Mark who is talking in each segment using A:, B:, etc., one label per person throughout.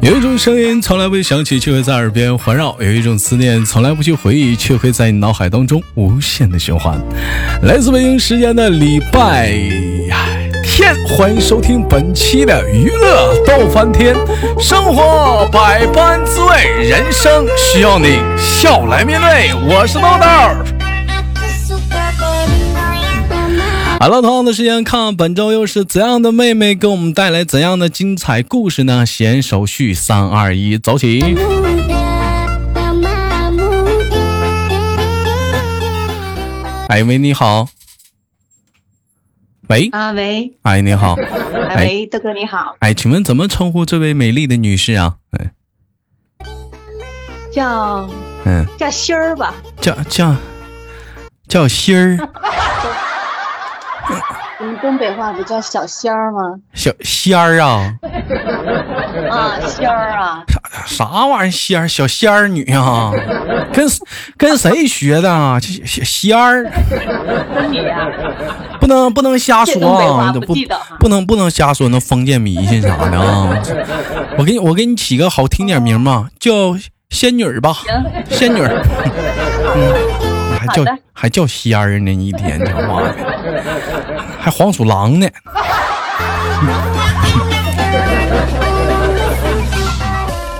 A: 有一种声音从来不响起，却会在耳边环绕；有一种思念从来不去回忆，却会在你脑海当中无限的循环。来自北京时间的礼拜天，欢迎收听本期的娱乐逗翻天，生活百般滋味，人生需要你笑来面对。我是豆豆。好了，同样的时间看本周又是怎样的妹妹给我们带来怎样的精彩故事呢？闲手续三二一，走起！哎喂，你好。喂，
B: 啊喂，
A: 哎你好，
B: 哎
A: 哎
B: 喂，豆哥你好，
A: 哎，请问怎么称呼这位美丽的女士啊？哎
B: 叫
A: 嗯，
B: 叫心儿吧，
A: 叫叫叫心儿，
B: 你们东北话不叫小仙儿吗？
A: 小仙儿啊，
B: 啊，仙儿啊，
A: 啥玩意儿仙儿？小仙儿女啊， 跟跟谁学的啊？这小仙儿。
B: 跟你呀、
A: 不能不能瞎
B: 这
A: 说
B: 东北
A: 啊！
B: 话
A: 你
B: 不
A: 不
B: 地道啊
A: 不能不能瞎说那封建迷信啥的 啊！我给你我给你起个好听点名吧，叫仙女儿吧，仙女 儿。嗯，还
B: 好
A: 叫
B: 的
A: 还叫仙儿呢，一天这玩意儿，还黄鼠狼呢。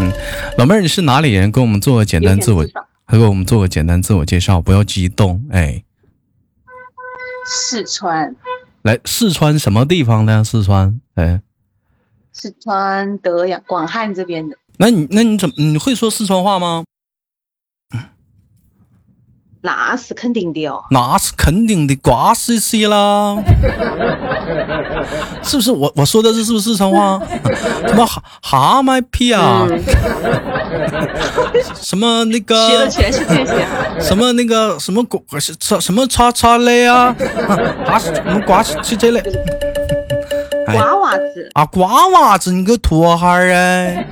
A: 嗯，老妹儿，你是哪里人？给我们做个简单自我
B: 有点自，
A: 还给我们做个简单自我介绍，不要激动，哎。
B: 四川，
A: 来四川什么地方的？四川，哎，
B: 四川德阳广汉这边的，
A: 那你那你怎么你会说四川话吗？
B: 那是肯定的哦。
A: 那是肯定的，瓜西西啦， 是不是？我我说的是是不是四川话？ 什么蛤蛤蟆屁啊？
B: 嗯，
A: 什么那
B: 学的
A: 个
B: 全是这些，
A: 什么那个什么果是什什么叉叉嘞啊？ 啊什么瓜是这类？哎
B: 娃娃子，
A: 啊，瓜娃子，你个土哈儿哎，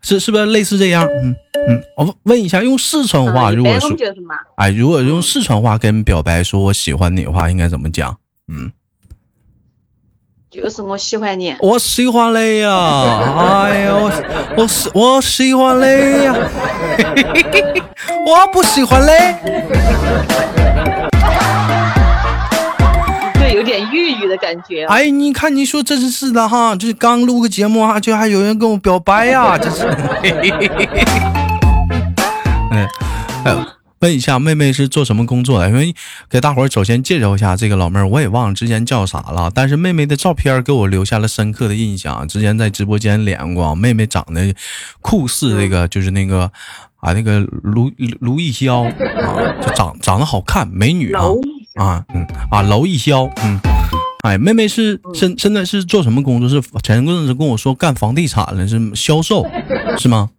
A: 是是不是类似这样？嗯嗯，我问一下，用四川话
B: 嗯
A: 如
B: 一
A: 果
B: 般
A: 说，
B: 就是嘛，
A: 哎，如果用四川话跟表白说我喜欢你的话，应该怎么讲？嗯，
B: 就是我喜欢你，
A: 我喜欢你呀、哎呀，我我喜我喜欢你呀、 我不喜欢你。
B: 对，有点粤语的感觉哦。
A: 哎，你看你说真是的哈，就是刚录个节目哈，就还有人跟我表白呀、真是。 嗯，哎，问一下，妹妹是做什么工作的？因为给大伙儿首先介绍一下这个老妹儿，我也忘了之前叫啥了，但是妹妹的照片儿给我留下了深刻的印象。啊之前在直播间连过，妹妹长得酷似那个，就是那个啊，那个卢卢艺潇啊，就长长得好看，美女啊。
B: 楼
A: 啊，嗯啊，娄艺潇，嗯，哎，妹妹是现现在是做什么工作？是前阵子跟我说干房地产了，是销售，是吗？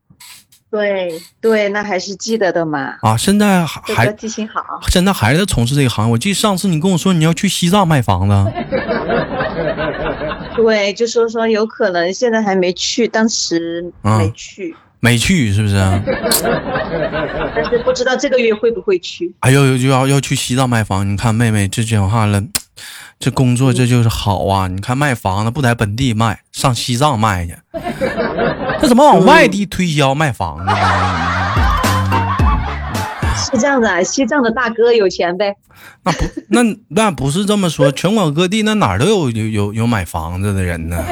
B: 对对，那还是记得的嘛。
A: 啊，现在还
B: 豆哥
A: 还
B: 记性好，
A: 现在还在从事这个行业。我记得上次你跟我说你要去西藏卖房子，
B: 对，就说说有可能现在还没去，当时
A: 啊
B: 没去，
A: 没去是不是？啊
B: 但是不知道这个月会不会去。
A: 哎呦，就要要去西藏卖房。你看妹妹这讲话了，这工作这就是好啊！你看卖房子不在本地卖，上西藏卖去，这怎么往外地推销卖房子呢？
B: 是这样子啊，西藏的大哥有钱呗，
A: 那不那那不是这么说，全国各地那哪儿都有有有有买房子的人呢。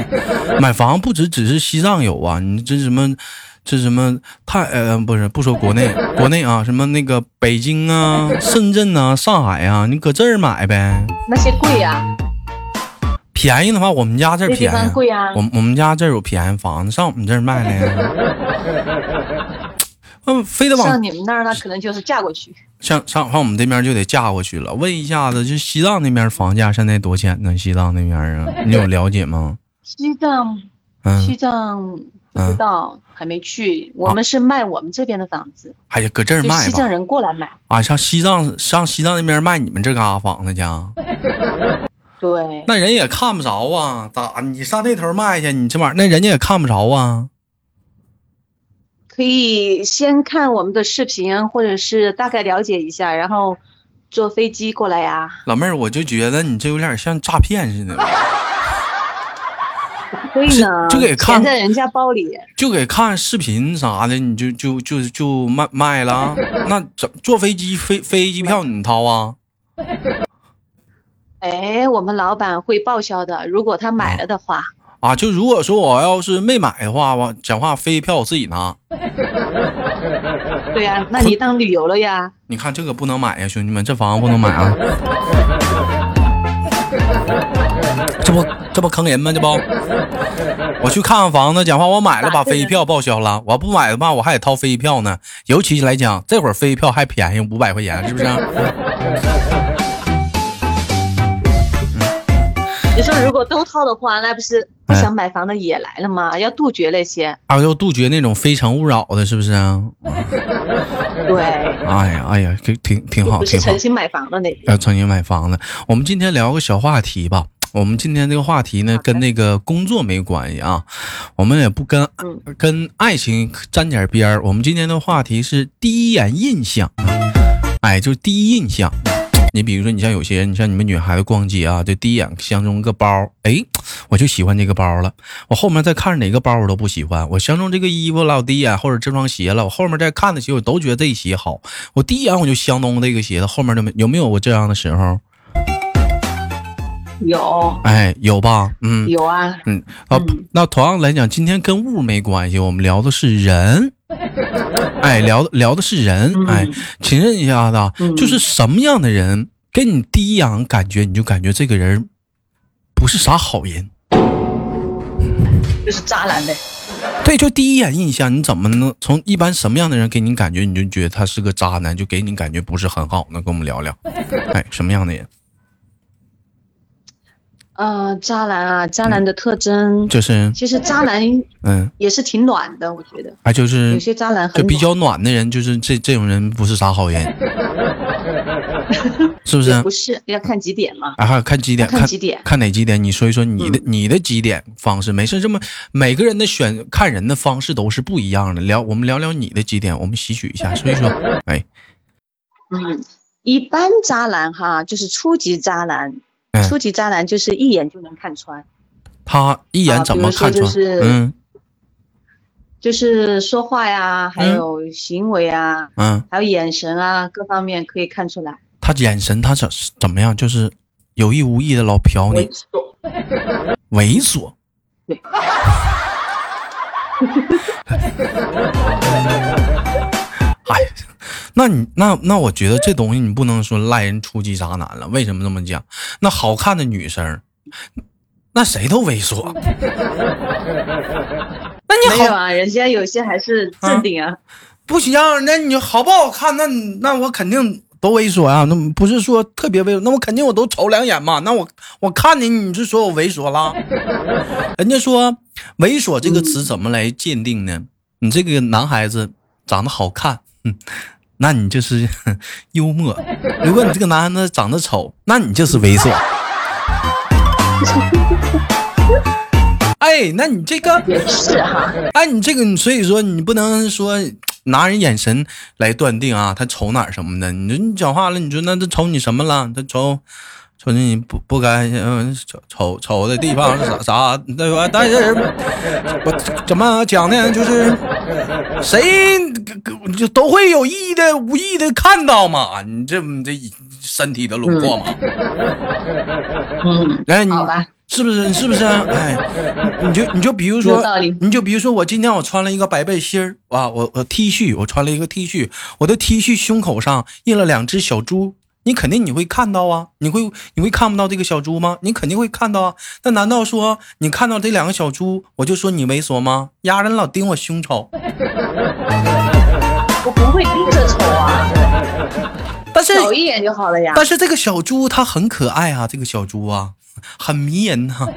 A: 买房不止只是西藏有啊，你这什么这什么泰呃不是不说国内国内啊，什么那个北京啊、深圳啊、上海啊，你搁这儿买呗，
B: 那些贵呀、啊，
A: 便宜的话我们家这儿
B: 那地
A: 便宜，
B: 方
A: 啊
B: 贵啊呀、
A: 我们我们家这儿有便宜房子，上我们这儿卖来 呀。嗯，非得往嗯
B: 上你们那儿那可能就是嫁过去，
A: 像上上我们这边就得嫁过去了。问一下子，就西藏那边房价现在多钱呢？西藏那边啊，你有了解吗？
B: 西藏西
A: 嗯，
B: 藏不知道、还没去，我们是卖我们这边的房子，
A: 哎呀，搁这儿
B: 就
A: 嗯卖
B: 西藏
A: 吧
B: 人过来买，
A: 啊，上西藏上西藏那边卖你们这嘎房子去啊，
B: 对，
A: 那人也看不着啊，咋你上那头卖去？你这玩意儿，那人家也看不着啊。
B: 可以先看我们的视频，或者是大概了解一下，然后坐飞机过来呀、
A: 老妹儿，我就觉得你这有点像诈骗似的，
B: 所以呢，
A: 就给看
B: 钱在人家包里，
A: 就给看视频啥的，你就就就就卖卖了。啊那怎坐飞机飞飞机票你掏啊？
B: 哎，我们老板会报销的。如果他买了的话，
A: 啊，就如果说我要是没买的话，我讲话飞机票我自己拿。
B: 对呀、那你当旅游了呀？
A: 你看这个不能买呀，兄弟们，这房子不能买啊！这不这不坑人吗？这不，我去看看房子，讲话我买了，把飞机票报销了。我要不买的话，我还得掏飞机票呢。尤其来讲，这会儿飞机票还便宜五百块钱，是啊不是？
B: 你说如果都掏的话，那不是
A: 哎
B: 不想买房的也来了吗？要杜绝那些。
A: 还有要杜绝那种非诚勿扰的，是不是啊？
B: 对，
A: 哎呀哎呀，这挺挺好，
B: 不是
A: 挺好哎
B: 诚。心买房的那
A: 要重新买房子。我们今天聊个小话题吧。我们今天这个话题呢，跟那个工作没关系啊，我们也不跟、
B: 嗯
A: 跟爱情沾点边儿。我们今天的话题是第一眼印象，哎，就是第一印象。你比如说，你像有些人，你像你们女孩子逛街啊，就第一眼相中个包，哎，我就喜欢这个包了。我后面再看哪个包我都不喜欢，我相中这个衣服了，我第一眼或者这双鞋了，我后面再看的鞋我都觉得这鞋好，我第一眼我就相中这个鞋了，后面就没有没有我这样的时候？
B: 有
A: 哎，有吧？嗯
B: 有啊，
A: 嗯啊，
B: 嗯
A: 那同样来讲，今天跟物没关系，我们聊的是 人。哎，聊聊的是人，
B: 嗯
A: 哎，请问一下子啊，
B: 嗯
A: 就是什么样的人，给你第一眼感觉你就感觉这个人不是啥好人？
B: 就是渣男呗。
A: 对，就第一眼印象，你怎么能从一般什么样的人给你感觉，你就觉得他是个渣男，就给你感觉不是很好呢？跟我们聊 聊，哎，什么样的人？
B: 呃，渣男啊，渣男的特征，
A: 就是
B: 其实渣男
A: 嗯，
B: 也是挺暖的，我觉得
A: 啊，就是
B: 有些渣男很
A: 就
B: 暖
A: 比较暖的人，就是这这种人不是啥好 人，是不是？
B: 也不是要看几点嘛。
A: 啊，还有看几点？
B: 看几点嗯
A: 看哪几点？你说一说你的、你的几点方式？没事，这么每个人的选看人的方式都是不一样的。聊，我们聊聊你的几点，我们吸取一下。所以说，哎，
B: 嗯，一般渣男哈，就是初级渣男
A: 嗯，
B: 初级渣男就是一眼就能看穿，
A: 他一眼怎么看
B: 啊
A: 穿？
B: 比如说就是
A: 嗯
B: 就是说话呀，还
A: 嗯
B: 有行为啊，
A: 嗯，
B: 还有眼神啊，各方面可以看出来。
A: 他眼神他怎怎么样？就是有意无意的老瞟你
B: 猥，琐，
A: 猥琐。
B: 对
A: 哎，那你那那我觉得这东西你不能说赖人初级渣男了。为什么这么讲？那好看的女生，那谁都猥琐。 那你
B: 没有
A: 好
B: 啊，人家有些还是正经啊。
A: 不行，那你好不好看？那你那我肯定都猥琐啊。那不是说特别猥琐，那我肯定我都瞅两眼嘛。那我我看你，你就说我猥琐了。人家说猥琐这个词怎么来鉴定呢？你这个男孩子长得好看，嗯，那你就是 幽默；如果你这个男孩子长得丑，那你就是猥琐。哎，那你这个
B: 也是啊哈，
A: 哎，你这个，你所以说你不能说拿人眼神来断定啊，他瞅哪儿什么的。你说你讲话了，你说那他瞅你什么了？他瞅瞅你不不该嗯瞅瞅瞅的地方是啥啥？对吧？但是我怎么讲呢？就是谁就都会有意的、无意的看到嘛。你这你这身体的轮廓嘛。
B: 嗯，
A: 哎，你
B: 好吧
A: 是不 是？是不是啊？哎，你你就你就比如
B: 有
A: 说
B: 道理，
A: 你就比如说，我今天我穿了一个白背心儿啊，我我 T 恤，我穿了一个 T 恤，我的 T 恤胸口上印了两只小猪，你肯定你会看到啊，你会你会看不到这个小猪吗？你肯定会看到啊。那难道说你看到这两个小猪，我就说你猥琐吗？压人老盯我胸瞅，
B: 我不会盯着瞅啊，
A: 但是
B: 瞅一眼就好了呀。
A: 但是这个小猪它很可爱啊，这个小猪啊，很迷人呐、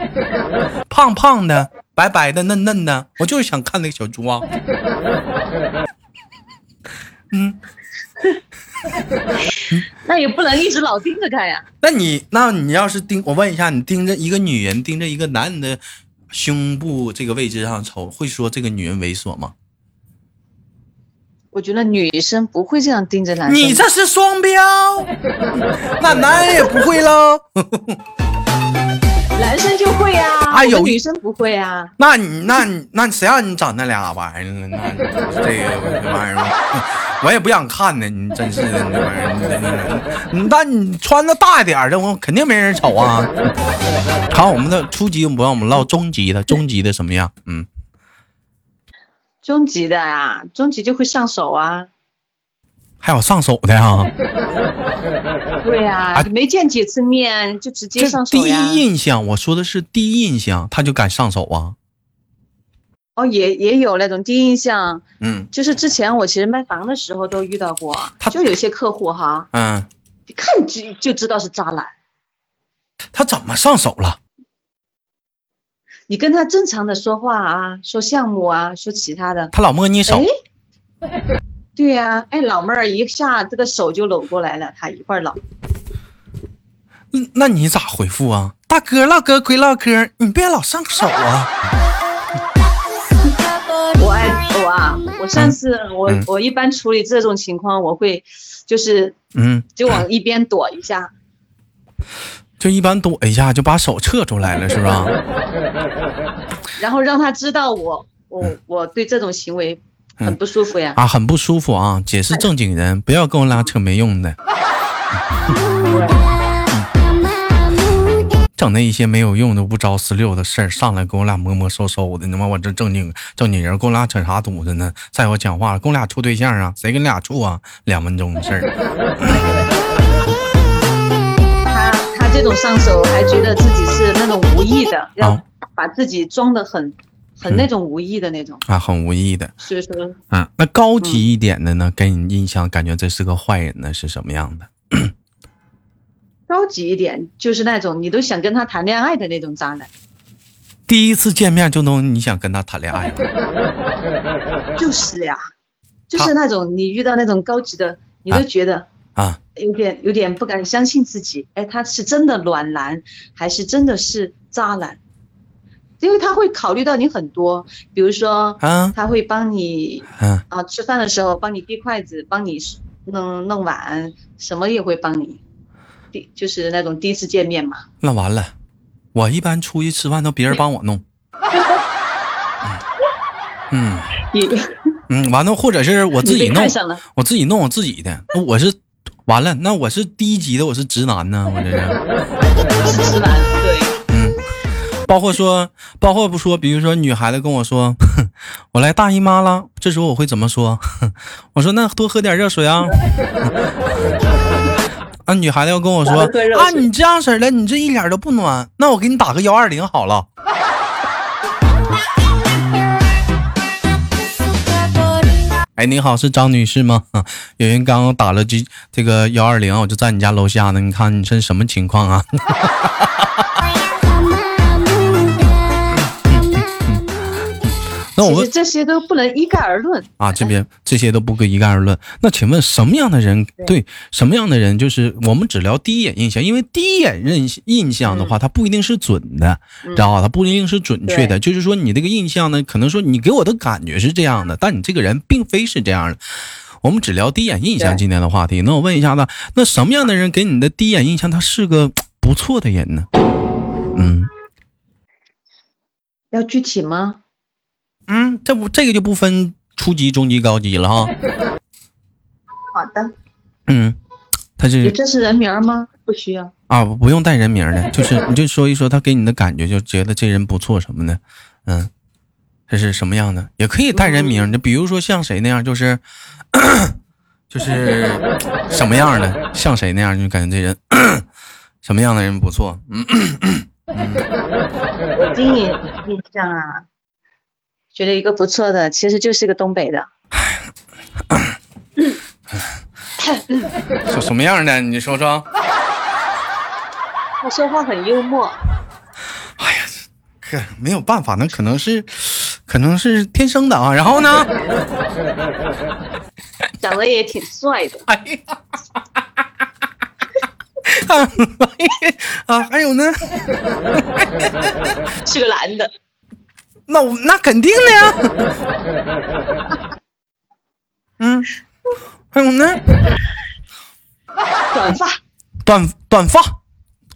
A: 胖胖的，白白的，嫩嫩的，我就是想看那个小猪啊。
B: 那也不能一直老盯着看呀。
A: 那你，那你要是盯，我问一下，你盯着一个女人，盯着一个男人的胸部这个位置上瞅，会说这个女人猥琐吗？
B: 我觉得女生不会这样盯着男生。
A: 你这是双标，那男人也不会喽。
B: 男生就会呀、啊，
A: 哎
B: 我们
A: 有一
B: 女生不会啊。
A: 那你那你那谁让你整那俩玩意儿了？那你这个玩意儿，我也不想看呢。你真是的，你这玩意儿，你你但你穿的大一点儿的，我肯定没人瞅啊。好，我们的初级不让我们唠中级的，中级的什么样？嗯，
B: 中级的啊，中级就会上手啊。
A: 还有上手的啊，
B: 对呀、
A: 啊
B: 啊，没见几次面就直接
A: 这
B: 上
A: 第
B: 手呀
A: 一。印象，我说的是第一印象，他就敢上手啊。
B: 哦，也也有那种第一印象，
A: 嗯
B: 就是之前我其实卖房的时候都遇到过
A: 他，
B: 就有些客户哈，
A: 嗯，
B: 一看就就知道是渣男。
A: 他怎么上手了？
B: 你跟他正常的说话啊，说项目啊，说其他的，
A: 他老摸你手
B: 哎，对呀、哎，老妹儿一下这个手就搂过来了，他一会儿搂，
A: 嗯那你咋回复啊？大哥，唠嗑归唠嗑，你别老上手啊。
B: 我爱我啊，我上次我、
A: 嗯
B: 我一般处理这种情况，我会就是
A: 嗯，
B: 就往一边躲一下，
A: 就一般躲一下，就把手撤出来了，是吧？
B: 然后让他知道我我我对这种行为很不舒服呀。
A: 啊，很不舒服啊！姐是正经人，不要跟我拉扯没用的，整那一些没有用的、不着四六的事儿，上来跟我俩摸摸收收的，他妈我这正经正经人，跟我俩扯啥犊子呢？再有讲话了，跟我俩处对象啊？谁跟俩处啊？两分钟的事儿，
B: 他他这种上手还觉得自己是那种无意的，要
A: 啊
B: 把自己装的很很那种无意的那种，
A: 啊，很无意义的。
B: 所以说
A: 嗯，那高级一点的呢，给你印象感觉这是个坏人呢，是什么样的？
B: 高级一点就是那种你都想跟他谈恋爱的那种渣男，
A: 第一次见面就能你想跟他谈恋爱了，
B: 就是呀，就
A: 他
B: 是那种你遇到那种高级的，你
A: 啊
B: 都觉得。
A: 啊？
B: 有点有点不敢相信自己，哎，他是真的暖男，还是真的是渣男？因为他会考虑到你很多，比如说，
A: 啊
B: 他会帮你
A: 嗯，
B: 啊吃饭的时候帮你递筷子，帮你弄弄碗，什么也会帮你。第就是那种第一次见面嘛，
A: 那完了，我一般出去吃饭都别人帮我弄。嗯
B: 你
A: 嗯，完了，或者是我自
B: 你
A: 己
B: 被
A: 弄
B: 看，上了，
A: 我自己弄我自己的。那我是完了，那我是低级的，我是直男呢，我这是。
B: 是是吧？对，
A: 嗯，包括说，包括不说，比如说女孩子跟我说，哼我来大姨妈了，这时候我会怎么说？ 哼我说那多喝点热水啊。 啊，女孩子要跟我说
B: 多喝热
A: 啊，
B: 水
A: 你这样式儿的，你这一点儿都不暖，那我给你打个幺二零好了。哎，你好，是张女士吗？ 啊有人刚刚打了这这个幺二零，我就在你家楼下呢。你看你这是什么情况啊？ 那我
B: 其
A: 问
B: 实这些都不能一概而论。
A: 啊，这边这些都不可一概而论。那请问什么样的人对什么样的人，就是我们只聊第一眼印象，因为第一眼印印象的话，它不一定是准的，知道吧？它不一定是准确的。就是说，你这个印象呢，可能说你给我的感觉是这样的，但你这个人并非是这样的。我们只聊第一眼印象，
B: 对
A: 今天的话题。那我问一下子，那什么样的人给你的第一眼印象，他是个不错的人呢？嗯
B: 要具体吗？
A: 嗯，这不这个就不分初级、中级、高级了哈。
B: 好的，
A: 嗯，他是
B: 你这是人名儿吗？不需要。
A: 啊，不不用带人名儿的，就是你就说一说他给你的感觉，就觉得这人不错什么的，嗯，这是什么样的？也可以带人名儿，就比如说像谁那样，就是 就是什么样的，像谁那样，就感觉这人 什么样的人不错，嗯，
B: 我第一印象啊，觉得一个不错的，其实就是个东北的，
A: 什什么样的？你说说。
B: 他说话很幽默，
A: 哎可没有办法，那可能是，可能是天生的啊。然后呢？
B: 长得也挺帅的。
A: 哎呀， 啊， 啊，还有呢？
B: 哎是个男的，
A: 那我那肯定的呀。嗯，还有呢，
B: 短发，
A: 短短发，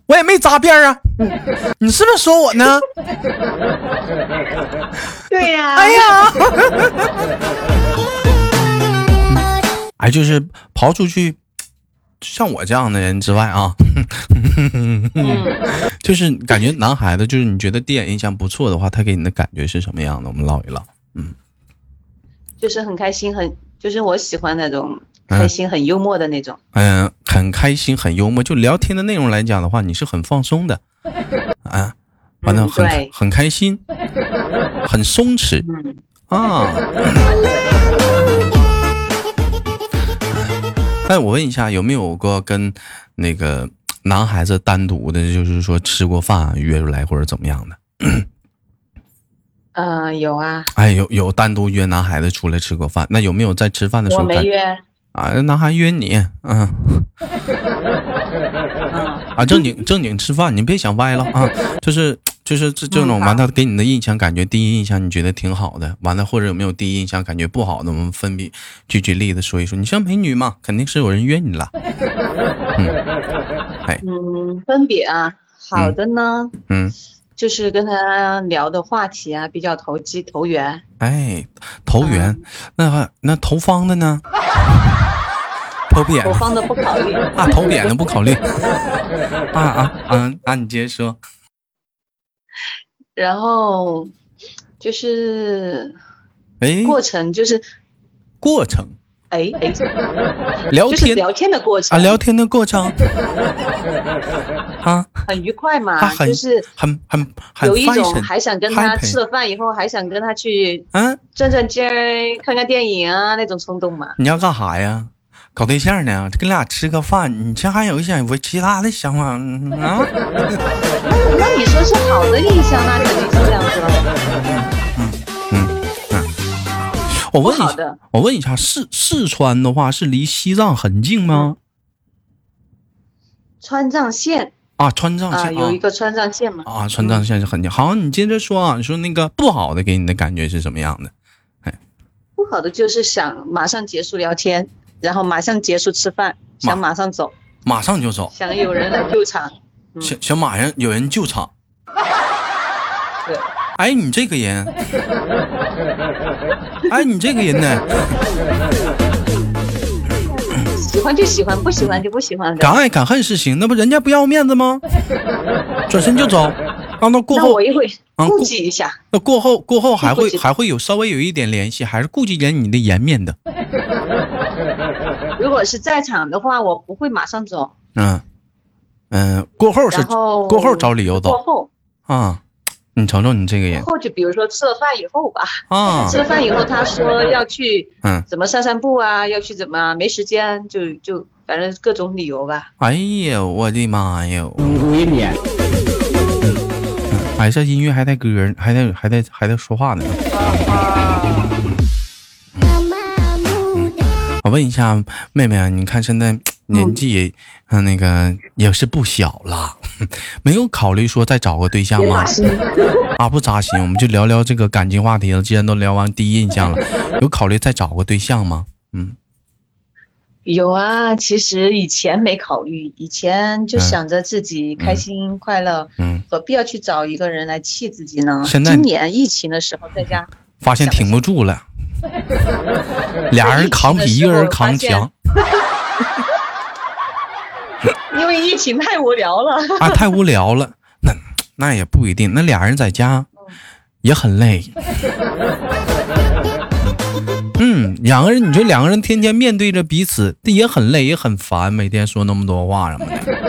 A: 我也没扎辫儿啊。你是不是说我呢？
B: 对呀、
A: 哎呀，哎，就是刨出去，像我这样的人之外啊，
B: 嗯，
A: 就是感觉男孩子，就是你觉得第一眼印象不错的话，他给你的感觉是什么样的？我们唠一唠。
B: 就是很开心，很就是我喜欢那种开心、很幽默的那种。
A: 嗯，很开心，很幽默。就聊天的内容来讲的话，你是很放松的，啊，完了
B: 嗯
A: 很、
B: 对
A: 很开心，很松弛
B: 嗯，
A: 啊。哎，我问一下，有没有过跟那个男孩子单独的，就是说吃过饭约出来或者怎么样的？
B: 呃，有啊，
A: 哎，有有单独约男孩子出来吃过饭，那有没有在吃饭的时
B: 我
A: 候
B: 没
A: 感
B: 约，
A: 啊？男孩约你， 嗯。
B: 嗯，
A: 啊，正经正经吃饭，你别想歪了啊！就是就是这这种
B: 嗯好
A: 完，他给你的印象感觉，第一印象你觉得挺好的，完了或者有没有第一印象感觉不好的，我们分别举举例子说一说。你像美女嘛，肯定是有人约你了，
B: 嗯，分别啊，好的呢，
A: 嗯，
B: 就是跟他聊的话题啊比较投机投缘，
A: 哎，投缘，
B: 嗯
A: 那还那投方的呢？投扁
B: 我
A: 的
B: 方的不考 虑。
A: 啊，投扁的不考虑 啊啊啊啊！你接着说，
B: 然后就是
A: 哎，
B: 过程，就是
A: 过程
B: 哎哎，
A: 聊
B: 就是
A: 天
B: 聊天的过程
A: 啊，聊天的过程啊，
B: 很愉快
A: 他
B: 嘛，
A: 很
B: 就是
A: 很很很
B: 有一种
A: fashion
B: 还想跟他
A: happy
B: 吃了饭以后还想跟他去
A: 嗯，
B: 转转街儿、看看电影啊那种冲动嘛。
A: 你要干啥呀？搞对象呢？跟俩吃个饭，你这还有一些我其他的想法嗯啊？
B: 那你说是好的印象，那肯定是这样子了。
A: 我问
B: 不
A: 一
B: 好
A: 下
B: 的，
A: 我问一下，四四川的话是离西藏很近
B: 嗯
A: 吗？
B: 川藏线
A: 啊，川藏
B: 啊、
A: 线
B: 有一
A: 啊
B: 个川藏线嘛，
A: 啊，川藏线是很近。好，你接着说啊，你说那个不好的给你的感觉是什么样的？
B: 不好的就是想马上结束聊天，然后马上结束吃饭，
A: 马
B: 想马上走，
A: 马上就走，
B: 想有人来救场。嗯
A: 想想马上有人救场。
B: 对，
A: 哎，你这个人，哎，你这个人呢，
B: 喜欢就喜欢，不喜
A: 嗯
B: 欢就不喜欢
A: 敢
B: 的。
A: 爱敢恨是行，那不人家不要面子吗？转身就走，让他过
B: 那
A: 后
B: 我也会
A: 嗯
B: 顾忌一下，
A: 那过后过后还
B: 顾
A: 会
B: 忌
A: 还会有稍微有一点联系，还是顾及点你的颜面的。
B: 如果是在场的话，我不会马上走，
A: 嗯嗯、过后是
B: 然后
A: 过后找理由
B: 过
A: 走
B: 后
A: 啊。你瞅瞅你这个人
B: 或者比如说吃了饭以后吧，
A: 啊
B: 吃，了饭以后他说要去
A: 嗯，
B: 怎么散散步啊，要去怎么啊没时间，就就反正各种理由吧。
A: 哎呀，我的妈呀！
C: 无语脸。
A: 哎，这音乐还带歌儿，还带还带还带说话呢。我问一下妹妹啊，你看现在年纪也，嗯、那个也是不小了， 没有考虑说再找个对象吗？ 啊，不扎心，我们就聊聊这个感情话题了。既然都聊完第一印象了，有考虑再找个对象吗？嗯，
B: 有啊，其实以前没考虑，以前就想着自己开心快乐，
A: 嗯，
B: 何必要去找一个人来气自己呢？
A: 现在
B: 今年疫情的时候在家，
A: 发现挺不住了，俩人扛比一个人扛强
B: 因为疫情太无聊了，
A: 啊，太无聊了。那那也不一定，那俩人在家也很累。嗯，两个人，你说两个人天天面对着彼此，这也很累，也很烦，每天说那么多话什么的。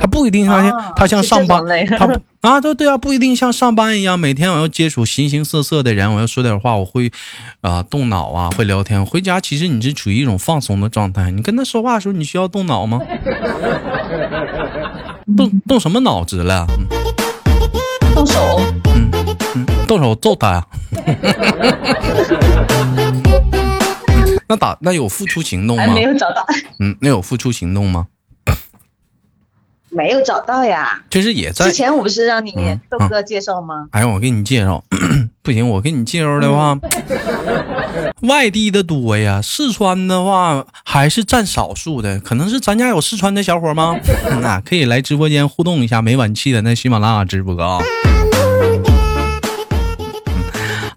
A: 他不一定他像、
B: 啊
A: 他像
B: 是这
A: 上班
B: 种类，
A: 他不啊，对对啊，不一定像上班一样，每天我要接触形形色色的人，我要说点话，我会啊、动脑啊，会聊天。回家其实你是处于一种放松的状态，你跟他说话的时候，你需要动脑吗？动动什么脑子了？
B: 动手。
A: 动手揍他呀！ 那打那有付出行动
B: 还
A: 吗
B: 哎没？有找到，
A: 嗯，那有付出行动吗？
B: 没有找到呀。
A: 就是也在
B: 之。前我不是让你
A: 嗯
B: 豆哥介绍吗？
A: 哎，我给你介绍， 不行，我给你介绍的 话，外地的多呀，四川的话还是占少数的。可能是咱家有四川的小伙吗？ 那可以来直播间互动一下，没晚气的那喜马拉雅直播啊。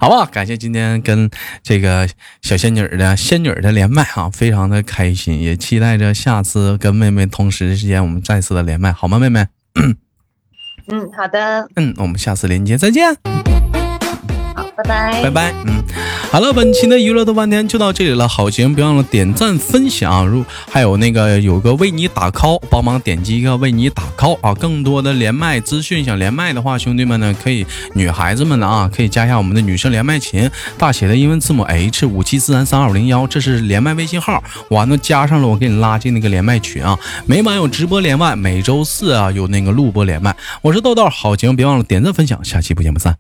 A: 好吧，感谢今天跟这个小仙女儿的仙女儿的连麦哈、啊，非常的开心，也期待着下次跟妹妹同时之间我们再次的连麦，好吗，妹妹？
B: 嗯，好的，
A: 嗯，我们下次连接再见，
B: 好，拜拜，
A: 拜拜，嗯，好了，本期的娱乐豆瓣天就到这里了，好节目别忘了点赞分享，如还有那个有个为你打 call，帮忙点击一个为你打 call 啊，更多的连麦资讯，想连麦的话，兄弟们呢可以，女孩子们呢啊，可以加一下我们的女生连麦群，大写的英文字母 H 五七四三三二五零幺，这是连麦微信号，完了加上了，我给你拉进那个连麦群啊，每晚有直播连麦，每周四啊有那个录播连麦，我是豆豆，好节目别忘了点赞分享，下期不见不散。